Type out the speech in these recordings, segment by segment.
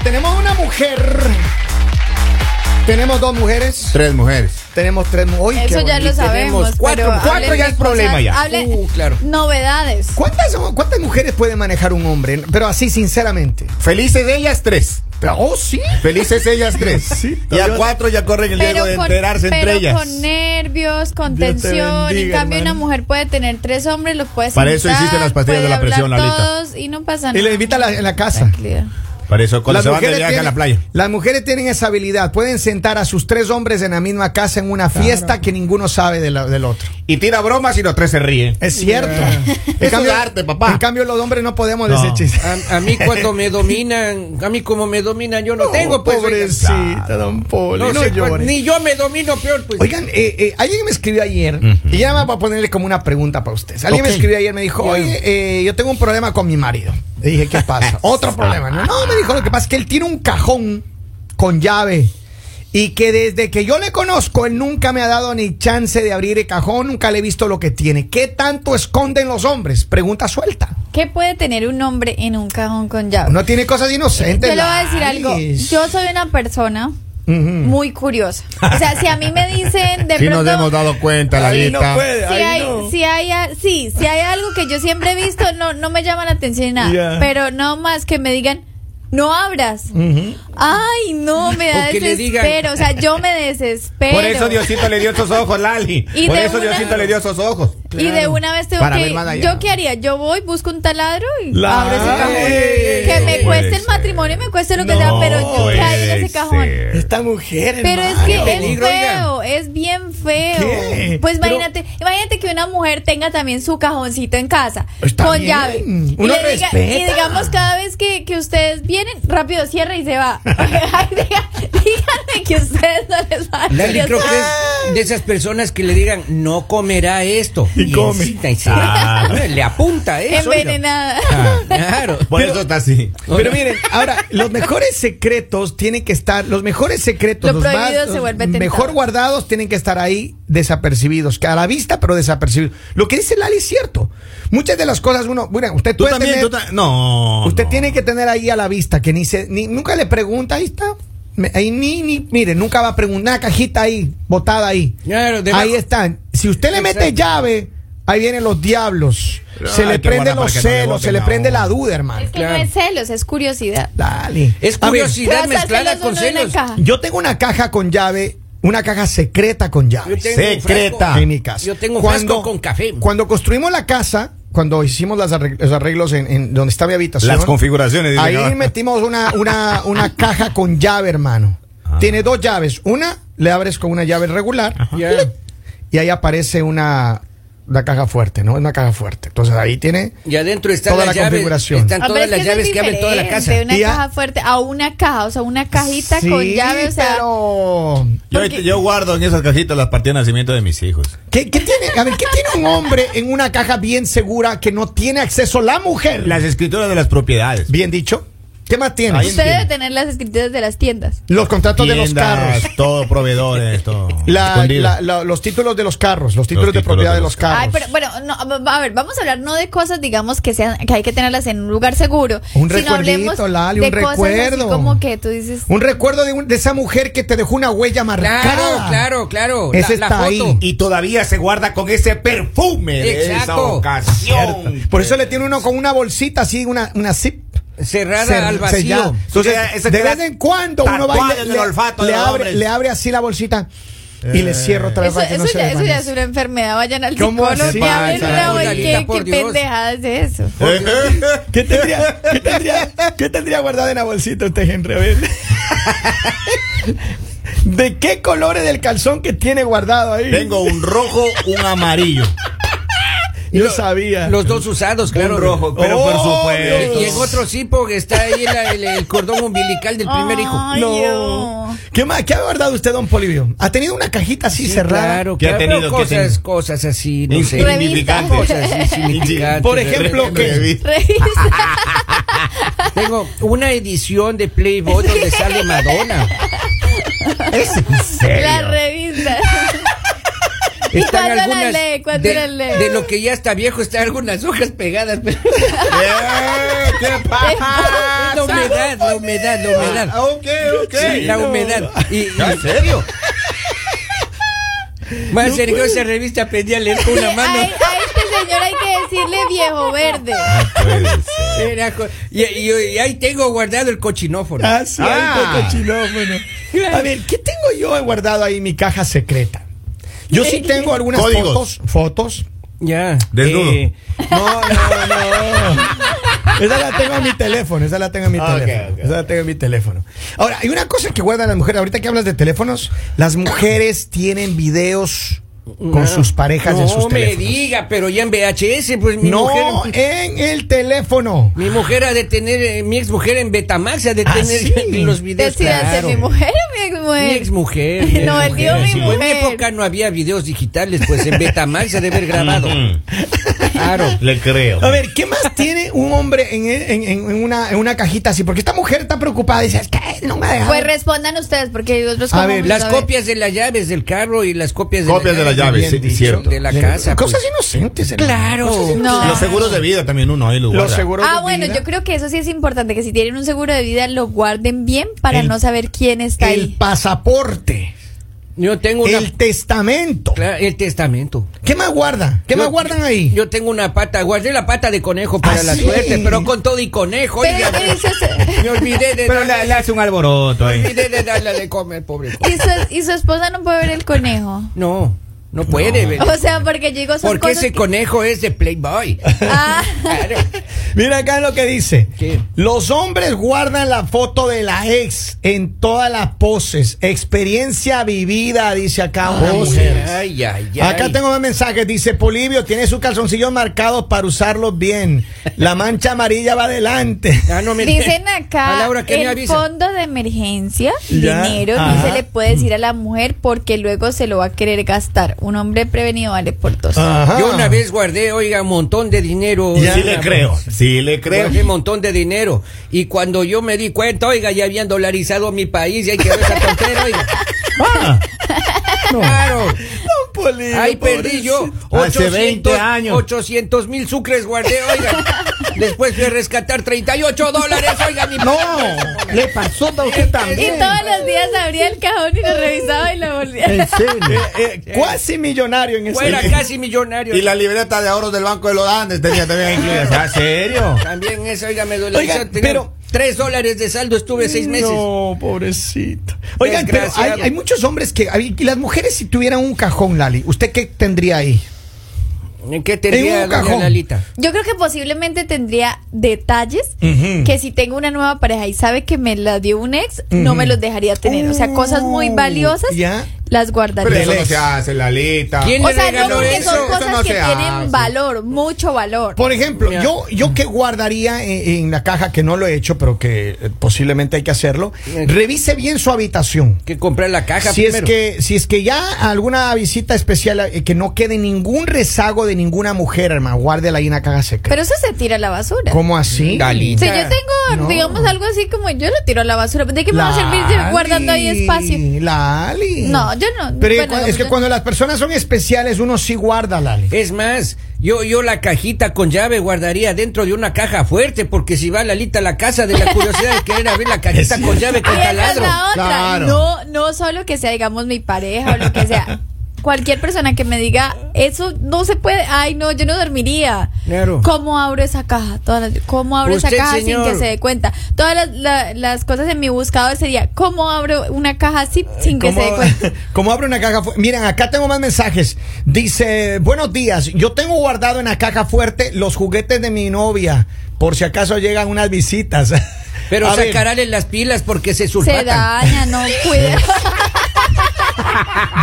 eh, mujer. Tenemos dos mujeres. Tres mujeres. Tenemos tres mujeres. Eso ya lo sabemos. Cuatro, pero cuatro hablen ya de es problema cosas- ya. hablen- Uh, claro. Novedades. ¿Cuántas, ¿Cuántas mujeres puede manejar un hombre? Pero así, sinceramente. Felices ellas tres. Pero, oh, sí. Felices ellas tres. Sí, y a Dios. cuatro ya corren el riesgo de enterarse pero entre ellas. con nervios, con Dios te tensión. en bendiga, cambio, hermano. una mujer puede tener tres hombres, los puede Para eso sentar, hiciste las pastillas puede de la presión, hablar Lalita. todos y no pasa nada. Y lo invita a la- en la casa. Tranquilidad. Para eso, cuando se van de viaje a tienen, la playa. las mujeres tienen esa habilidad. Pueden sentar a sus tres hombres en la misma casa en una fiesta que ninguno sabe de la- del otro. Y tira bromas y los tres se ríen. Es cierto. Eso es arte, papá. En cambio, los hombres no podemos No. Ah, decir chistes. A, a mí cuando me dominan, a mí como me dominan, yo no, tengo pues, oigan. pobrecita, don Poli. No No, sé cuál- llores. ni yo me domino peor, pues. Oigan, eh, eh, alguien me escribió ayer, y ya me voy a ponerle como una pregunta para ustedes. Alguien Ok. me escribió ayer, me dijo, oye, eh, yo tengo un problema con mi marido. Le dije, ¿qué pasa? Otro problema. ¿no? no, me dijo, lo que pasa es que él tiene un cajón con llave. Y que desde que yo le conozco, él nunca me ha dado ni chance de abrir el cajón, nunca le he visto lo que tiene. ¿Qué tanto esconden los hombres? Pregunta suelta. ¿Qué puede tener un hombre en un cajón con llave? No tiene cosas inocentes. Yo le voy a decir Laris. algo. Yo soy una persona Ujú. muy curiosa. O sea, si a mí me dicen de Si pronto. nos hemos dado cuenta, la Ahí no lista. puede, Si ahí hay, no. si hay, a- sí, si hay algo que yo siempre he visto, no, no me llama la atención ni nada. Ya. Pero no más que me digan, no abras. Ay, no, me da O que le digan. desespero. O sea, yo me desespero. Por eso Diosito le dio esos ojos, Lali. Y Por de eso una- Diosito le dio esos ojos. Y de una vez tengo Para que. ver más allá. ¿Yo qué haría? Yo voy, busco un taladro y La- abro ese cajón. Ay, que no me puede cueste el ser. matrimonio, me cueste lo que sea, pero yo caigo en ese cajón. Esta mujer, Pero es hermano. que peligro, es oiga. feo, es bien feo. ¿Qué? Pues Pero- imagínate, imagínate que una mujer tenga también su cajoncito en casa Está con bien. llave. Y, Uno le diga- respeta. y digamos cada vez que, que ustedes vienen, rápido cierra y se va. Ay, diga- díganme que ustedes no les va a Lali decir creo eso. que es de esas personas que le digan no comerá esto y, come. incita y se- Ah. le apunta a eso. oiga. envenenada. Ah, claro. Por eso está así. Pero miren, ahora, los mejores secretos tienen que estar, los mejores secretos, Lo los, prohibido más- se los vuelve tentador. mejor guardados tienen que estar ahí desapercibidos, que a la vista, pero desapercibidos. Lo que dice Lali es cierto. Muchas de las cosas uno, mira, usted Tú puede también, tener- tú ta- No. usted no. tiene que tener ahí a la vista, que ni se, ni, nunca le pregunta, ahí está. Me- Ahí ni, ni, mire, nunca va a preguntar, una cajita ahí, botada ahí. Claro, debajo. ahí están. Si usted le mete Exacto. llave, ahí vienen los diablos. Pero se hay le que prenden guardar para los que no le celos, boten se le a prende uno. la duda, hermano. Es que Claro. no es celos, es curiosidad. Dale. Es A ver, curiosidad Vas a mezclada celoso, con no en la celos. caja. yo tengo una caja con llave, una caja secreta con llave. Yo tengo un Secreta. frasco- Ah. en mi casa. Yo tengo un frasco con café. Cuando construimos la casa, cuando hicimos las arreg- los arreglos en, en donde está mi habitación. Las configuraciones, dice Ahí que- metimos una, una, una caja con llave, hermano. Ah. Tiene dos llaves. Una le abres con una llave regular Ya. y ahí aparece una, una caja fuerte, ¿no? Una caja fuerte. Entonces ahí tiene. Y adentro están Toda las la llaves, configuración. Están Ah, pero todas es las eso es llaves que abren toda la diferente, casa. Una Y a- caja fuerte a una caja, o sea, una cajita con Sí, llave, o sea, pero- Yo, Porque- yo guardo en esas cajitas las partidas de nacimiento de mis hijos. ¿Qué, qué tiene, a ver, ¿qué tiene un hombre en una caja bien segura que no tiene acceso la mujer? Las escrituras de las propiedades. Bien dicho. ¿Qué más tiene? Ahí usted debe entiendo. tener las escrituras de las tiendas. Los contratos de los Tiendas, carros. Todo, proveedores, todo. La- Escondido. la- la- los títulos de los carros, los títulos, de títulos propiedad de de los los carros. Ay, pero bueno, no, a a ver, vamos a hablar no de cosas, digamos, que sean que hay que tenerlas en un lugar seguro, Un sino hablemos recuerdito, Lali, de un cosas así recuerdo. como que tú dices, Un recuerdo de, un- de esa mujer que te dejó una huella marcada. Claro, claro, claro. Ese está ahí. Y todavía se guarda con ese perfume de esa Exacto. ocasión. Por eso le tiene uno con una bolsita así, una, una zip. Cerrada cer- al sellada. vacío. Entonces, Esa- esa de queda vez en cuando uno va tatuada y le, en el olfato de le los abre, hombres. le abre así la bolsita y le cierra otra vez eso, para que eso no se ya, le eso ya es manche. una enfermedad, vayan al ¿Cómo psicólogo, así? Ah, que hablen Pasa, una hue- Lalita, qué- por qué Dios. pendejadas es eso. Eh. Eh, ¿Qué tendría, qué, tendría, ¿Qué tendría guardado en la bolsita usted, Henry? A ver. ¿De qué colores del calzón que tiene guardado ahí? Tengo un rojo, un amarillo. Yo sabía. Los dos usados, claro. pero por Oh, supuesto. Y en otro cipo que está ahí la- el, el cordón umbilical del primer hijo. Ay, No. yo. ¿Qué más? ¿Qué ha guardado usted, don Polivio? ¿Ha tenido una cajita así Sí, cerrada? Claro, ¿Qué ha claro, tenido? pero ¿Qué ha cosas, tenido? cosas así, no sé. Revistas. Insignificantes. Cosas insignificantes. Por ejemplo, ¿qué? Ah, Revisa. Tengo una edición de Playboy donde sale Madonna. ¿Es en serio? La revista. ¿Y Están cuándo las algunas lee? ¿Cuándo de, las lee? de lo que ya está viejo, están algunas hojas pegadas. pero- Eh, ¿Qué Ah, pasa? la humedad, la humedad, la humedad. Ah, Ok, ok. Sí, la humedad. Y, y- ¿En serio? más serio, esa revista aprendí a leer con una A, mano. e- a este señor hay que decirle viejo verde. Era co- y, y- y ahí tengo guardado el cochinófono. Ah, sí, ahí Ah. con cochinófono. A ver, ¿qué tengo yo guardado ahí en mi caja secreta? Yo sí tengo algunas Códigos. fotos. Fotos. Ya. Desnudo. Eh, No, no, no. Esa la tengo en mi teléfono, esa la tengo en mi Ah, ok, teléfono. ok. Esa la tengo en mi teléfono. Ahora, hay una cosa que guardan las mujeres. Ahorita que hablas de teléfonos, las mujeres tienen videos con no. sus parejas no en sus me teléfonos. diga, pero ya en VHS, pues mi No, mujer. en el teléfono. Mi mujer ha de tener, eh, mi ex mujer en Betamax ha de ¿Ah, tener sí? los videos. Decídase, claro. mi mujer o mi ex Mi mujer. ex mujer. No, él dijo mi En mi mujer. época no había videos digitales, pues en Betamax ha de haber grabado. Claro. Le creo. A ver, ¿qué más tiene un hombre en, en- en- en una, en una cajita así? Porque esta mujer está preocupada. Dice, es que no me ha dejado". Pues respondan ustedes, porque nosotros A como ver, vamos Las a copias de las llaves del carro y las copias de Copias de las llaves, bien sí, dicho, cierto. De la casa. Cosas pues. inocentes. hermano. Claro. No. Los seguros de vida también uno ahí lo Los guarda. seguros Ah, de bueno, vida. yo creo que eso sí es importante, que si tienen un seguro de vida lo guarden bien para El- no saber quién está El ahí. pasaporte. Yo tengo una. El testamento. Cla- El testamento. ¿Qué más guarda? ¿Qué Yo- más guardan ahí? Yo tengo una pata, guardé la pata de conejo para ¿Ah, la sí? suerte, pero con todo y conejo. Pero oiga. ¿qué dice usted? me olvidé de Pero darle- le, le hace un alboroto me ahí. olvidé de darle de comer, pobre. co- ¿Y su, y su esposa no puede ver el conejo. No, no puede. ve- O sea, porque yo digo, son Porque cosas ese que- conejo es de Playboy. Ah. Claro. Mira acá lo que dice. ¿Qué? Los hombres guardan la foto de la ex en todas las poses. Experiencia vivida, dice acá una mujer. Ay, ay, ay. Acá tengo más mensajes. Dice Polibio, tiene sus calzoncillos marcados para usarlos bien. La mancha amarilla va adelante. Ah, no, me- Dicen acá, A Laura, ¿qué me el avisa? fondo de emergencia, Ya, dinero, ajá. no se le puede decir a la mujer porque luego se lo va a querer gastar. Un hombre prevenido vale por dos. Ajá. Yo una vez guardé, oiga, un montón de dinero. Y oiga, sí le creo. Sí le creo. Guardé un montón de dinero. Y cuando yo me di cuenta, oiga, ya habían dolarizado mi país y hay que ver esa tontera, oiga. Ah, Eh, Claro. don Polibio, Ahí perdí yo. Hace 20 años. 800 mil sucres guardé, oiga. Después de rescatar 38 dólares, oiga, mi No, le pasó a usted Y también. todos los días abría el cajón y lo revisaba y lo volvía. En serio. Eh, eh, cuasi millonario en ese Fuera casi millonario. Y la libreta de ahorros del Banco de los Andes tenía también incluida. O sea, ¿En serio? También esa, oiga, me dolarizó. Oiga, tenía pero- 3 dólares de saldo estuve 6 meses. No, pobrecito. Oigan, pero hay, Desgraciado. hay muchos hombres que. hay- Y las mujeres, si tuvieran un cajón, Lali, ¿usted qué tendría ahí? ¿En qué En tenía un doña cajón. Lalita? Yo creo que posiblemente tendría detalles que si tengo una nueva pareja y sabe que me la dio un ex, no me los dejaría tener. O sea, cosas muy Uh, valiosas ya. las Pero guardaría. eso no se hace, Lalita. ¿Quién O le sea, no regaló porque eso? son Eso cosas no que se hace. tienen valor, mucho valor. Por ejemplo, Mira. yo, yo que guardaría en, en la caja, que no lo he hecho, pero que eh, posiblemente hay que hacerlo, revise bien su habitación. Que comprar la caja Si es, primero. que, si es que ya alguna visita especial, eh, que no quede ningún rezago de ninguna mujer, hermano, guárdela ahí en la caja secreta. Pero eso se tira a la basura. ¿Cómo así? Dalí. Si yo Ya, tengo, no. digamos, algo así como yo lo tiro a la basura. ¿De qué me va a servir Lali, de- guardando ahí espacio? Lali. No, yo Eh, no. Pero Bueno, cu- es que no. cuando las personas son especiales, uno sí guarda, Lali. Es más, yo, yo la cajita con llave guardaría dentro de una caja fuerte, porque si va Lalita a la casa de la curiosidad de querer abrir la cajita con llave con Y esa es taladro. la otra. Claro. No, no solo que sea, digamos, mi pareja o lo que sea. Cualquier persona que me diga, eso no se puede. Ay, no, yo no dormiría. Claro. ¿Cómo abro esa caja? Todas las- ¿Cómo abro esa Usted, caja señor. sin que se dé cuenta? Todas las, la- las cosas en mi buscador sería, ¿cómo abro una caja así sin que se dé cuenta? ¿Cómo abre una caja fuerte? Miren, acá tengo más mensajes. Dice, buenos días, yo tengo guardado en la caja fuerte los juguetes de mi novia, por si acaso llegan unas visitas. Pero A ver, sacarále las pilas porque se Se sulfatan. daña, no puede.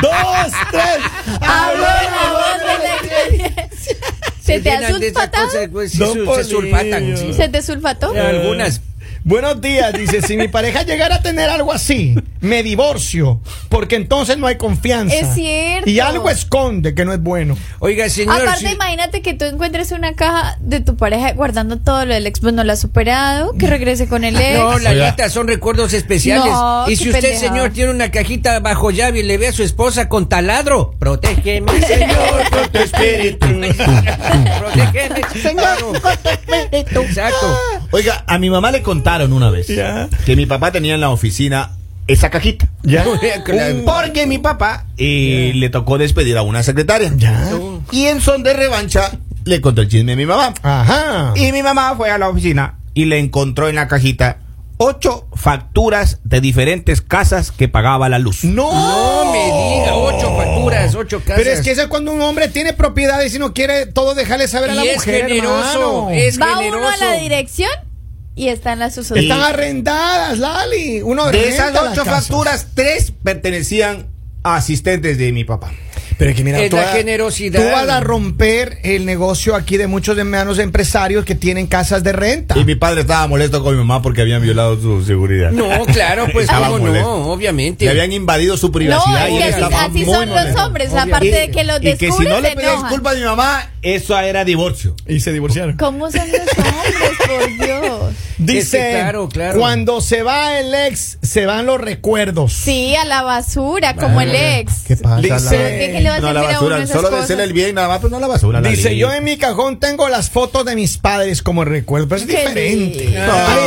Dos, tres. Hablo la voz de la experiencia. ¿Se te llenan de esas asulfató? cosas, pues, sí, Don su- se Polibio. sulfatan. sí. ¿Se te sulfató? Algunas. Buenos días, dice, si mi pareja llegara a tener algo así, me divorcio, porque entonces no hay confianza. Es cierto. Y algo esconde que no es bueno. Oiga, señor. Aparte, si- imagínate que tú encuentres una caja de tu pareja guardando todo lo del ex, pues no la ha superado, que regrese con el ex. No, la Oiga. lata son recuerdos especiales. No, qué y si usted, pendejada. señor, tiene una cajita bajo llave y le ve a su esposa con taladro, protégeme, señor, con tu espíritu. protégeme, señor, con tu espíritu. Exacto. Oiga, a mi mamá le contaron una vez Ya. que mi papá tenía en la oficina esa cajita. ¿Ya? Un po- Porque mi papá eh, le tocó despedir a una secretaria. Ya. Y en son de revancha le contó el chisme a mi mamá. Ah. Ajá. Y mi mamá fue a la oficina y le encontró en la cajita ocho facturas de diferentes casas que pagaba la luz. No. No me diga, ocho facturas, ocho casas. Oh. Pero es que eso es cuando un hombre tiene propiedades y no quiere todo dejarle saber a Y la es mujer. generoso, hermano. es Va uno a la generoso. dirección y están las sus Están arrendadas, Lali. Uno De renta esas las ocho casas. facturas, tres pertenecían a asistentes de mi papá. Pero es que mira, Es tú la vas- generosidad. Tú vas a romper el negocio aquí de muchos hermanos empresarios que tienen casas de renta. Y mi padre estaba molesto con mi mamá porque habían violado su seguridad. No, claro, pues Estaba cómo molesto. no, obviamente. Ah, Le habían invadido su No, privacidad y él es que es que así, estaba así muy son los molesto. hombres, obviamente. aparte de que los Y que si descubren no le se pedía enojan. disculpas a mi mamá, eso era divorcio. Y se divorciaron. ¿Cómo son los hombres, por Dios? Dice, Es que claro, claro. cuando se va el ex, se van los recuerdos. Ah, Sí, a la basura, como el ex. ¿Qué pasa? Dice- Lali? ¿Qué- qué le va a No la servir a uno basura, esas solo cosas? decirle el bien, nada más, pero no la basura. Lali. Dice, yo en mi cajón tengo las fotos de mis padres como recuerdo, pero es Qué diferente. lindo, Ah. qué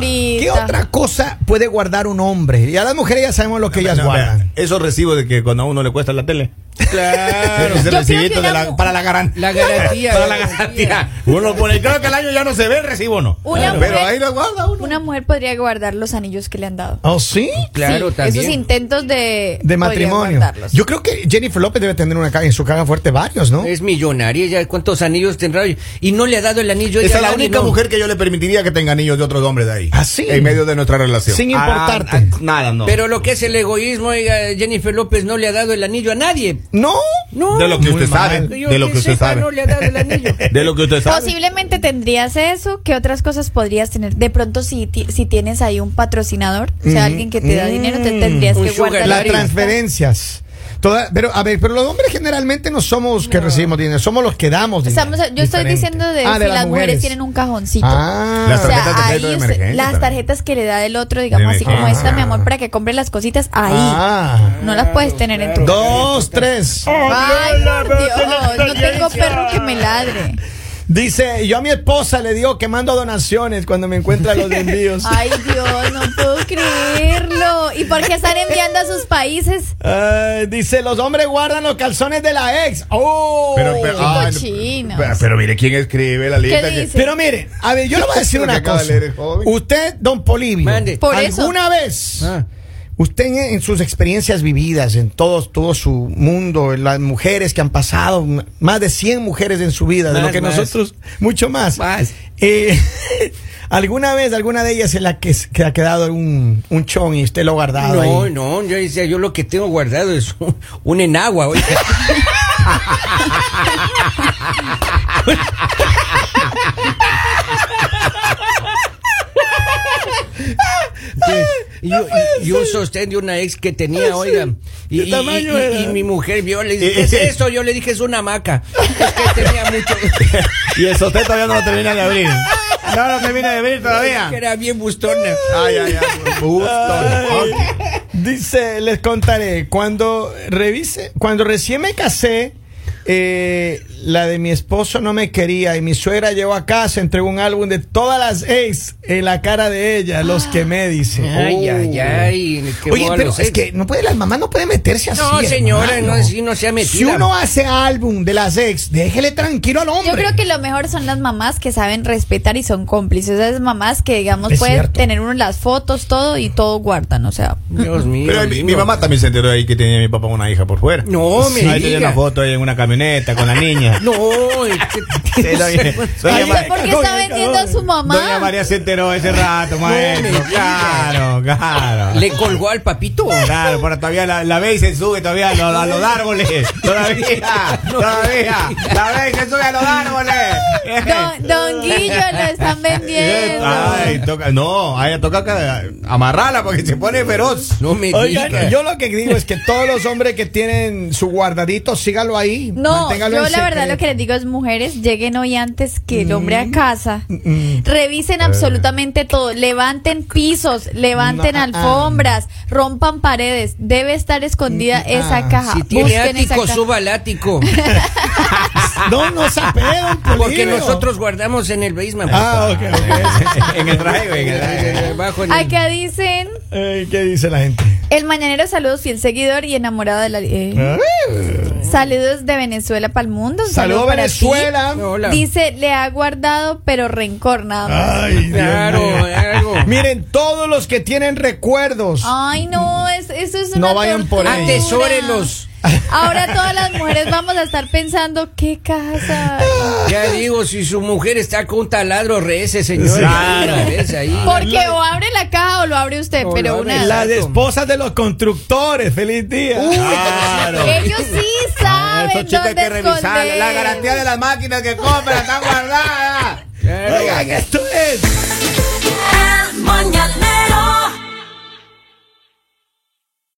¿Qué ternurita. otra cosa puede guardar un hombre? Y a las mujeres ya sabemos lo que ellas No, vea, guardan. Esos recibos de que cuando a uno le cuesta la tele. Claro. Ese creo recibito que de una la- mu- para la garantía. La garantía. Para la garantía. Uno pone, creo que al año ya no se ve el recibo, ¿no? Una Pero mujer- ahí lo guarda uno. Una mujer podría guardar los anillos que le han dado. ¿Oh, sí? Claro, Sí, también. Esos intentos De de. podría matrimonio. guardarlos. Yo creo que Jennifer López debe tener una ca- en su caja fuerte varios, ¿no? Es millonaria, ya cuántos anillos tendrá y no le ha dado el anillo. Esa ya, es la Lali, única no. mujer que yo le permitiría que tenga anillos de otros hombres de ahí. ¿Ah, sí? En medio de nuestra relación. Ah, Sin importarte. nada, no. Pero lo que es el egoísmo, oiga, Jennifer López no le ha dado el anillo a nadie. No. No. de lo que Muy usted mal. sabe. Yo De lo que usted sepa, sabe. No le ha dado el anillo. De lo que usted sabe. Posiblemente tendrías eso. ¿Qué otras cosas podrías tener? De pronto, si, ti- si tienes ahí un patrocinador, o sea, alguien que te da dinero, te tendrías Un que sugar guardar. Las daddy. transferencias. Toda- pero, a ver, pero los hombres generalmente no somos que recibimos dinero, somos los que damos dinero. Estamos- yo estoy Diferente. diciendo de Ah, si las mujeres. tienen un cajoncito. Ah. Las O sea, tarjetas de crédito de ahí usted- emergencia las también. tarjetas que le da el otro, digamos De así como emergencia. esta, mi amor, para que compre las cositas ahí. Ah. No las puedes tener en tu Dos, tres. Oh, Ay, por Dios, no tengo perro que me ladre. Dice, yo a mi esposa le digo que mando donaciones cuando me encuentra los envíos. Ay, Dios, no puedo creerlo. ¿Y por qué están enviando a sus países? Ay, dice, los hombres guardan los calzones de la ex. Oh. Pero, pero, Qué ah, cochinos. pero- pero mire quién escribe la lista. que- dice? Pero mire, a ver, yo le voy a decir Lo que una acaba de cosa. leer el joven. Usted, don Polivio, Mande. Por eso. alguna vez, Ah. usted en, en sus experiencias vividas, en todo, todo su mundo, en las mujeres que han pasado, m- más de 100 mujeres en su vida, de Más, lo que más. nosotros, mucho más. Más. Eh, ¿Alguna vez, alguna de ellas en la que, s- que ha quedado un, un chon y usted lo ha guardado? No, ahí? no, yo decía, yo lo que tengo guardado es un, un enagua, oiga. Y, yo- y- y un sostén de una ex que tenía, oiga. Y, Ah, ¿Qué y- tamaño y- era? Eh, y mi mujer vio, le dice, ¿qué es eso? Yo le dije, es una hamaca. Es que tenía mucho. y el sostén todavía no lo termina de abrir. No lo termina de abrir todavía. Que era bien bustona. Ah. Ay, ay, ay. Gusto. Ay. Dice, les contaré, cuando revise, cuando recién me casé, eh, la de mi esposo no me quería y mi suegra llegó a casa, entregó un álbum de todas las ex en la cara de ella, los que me dice. Oh. Ay, ay, ay. qué Oye, boba pero los es ex. que no puede, las mamás no pueden meterse así. No, señora, hermano. no, si no sea metida. Si uno hace álbum de las ex, déjele tranquilo al hombre. Yo creo que lo mejor son las mamás que saben respetar y son cómplices. Esas mamás que, digamos, Es pueden cierto. tener uno las fotos, todo y todo guardan. O sea, Dios mío. Pero mi, lindo. mi mamá también se enteró ahí que tenía mi papá una hija por fuera. No, me Ahí tenía diga. una foto ahí en una camioneta con la niña. No, es que- Sí, doña- doña Ay, Ma- ¿por qué está vendiendo a su Doña mamá? María se enteró ese rato, maestro. me diga. claro, claro. le colgó al papito. Claro, pero todavía la, la ve y se sube todavía a los, a los árboles. Todavía, todavía. La ve y se sube a los árboles. Don, don Guillo lo están vendiendo. Ay, toca, no, ahí toca que amarrarla porque se pone feroz. No me digas. Oigan, yo lo que digo es que todos los hombres que tienen su guardadito, sígalo ahí. No, yo manténgalo la en verdad secreto. Mm, lo que les digo es mujeres, lleguen hoy antes que el hombre a casa. Eh. Revisen absolutamente todo, levanten pisos, levanten No, ah. alfombras, rompan paredes. Debe estar Mm, escondida ah, esa caja. Si tiene Ah, Busquen esa ático, caja. suba al ático. No, no se pegan, Porque nosotros guardamos en el basement. Eh, Ah, ok, ok. en el traje, güey, en el traje. Bajo en el- Acá dicen Eh, ¿Qué dice la gente? el mañanero saludos fiel seguidor y enamorado de la eh, saludos de Venezuela para el mundo. un saludo Saludos para ti. Venezuela. Hola. Dice le ha guardado pero rencor nada más. Ay, Dios Claro, mío. algo. Miren, todos los que tienen recuerdos. Ay, no, es- eso es una No vayan por tortura. ahí. Atesórenlos. Ahora todas las mujeres vamos a estar pensando, ¿qué casa? Ah. Ya digo, si su mujer está con un taladro, reese, señor. Sí. Claro. Reese ahí. Porque o abre la caja o lo abre usted, O pero lo abre una... la- Las esposas de los constructores, feliz día. Uh. Claro. Ellos sí Ah, saben Esos chicos hay dónde que revisar esconder. la garantía de las máquinas que compran, están guardadas. Claro. Oigan, esto es. El mañanero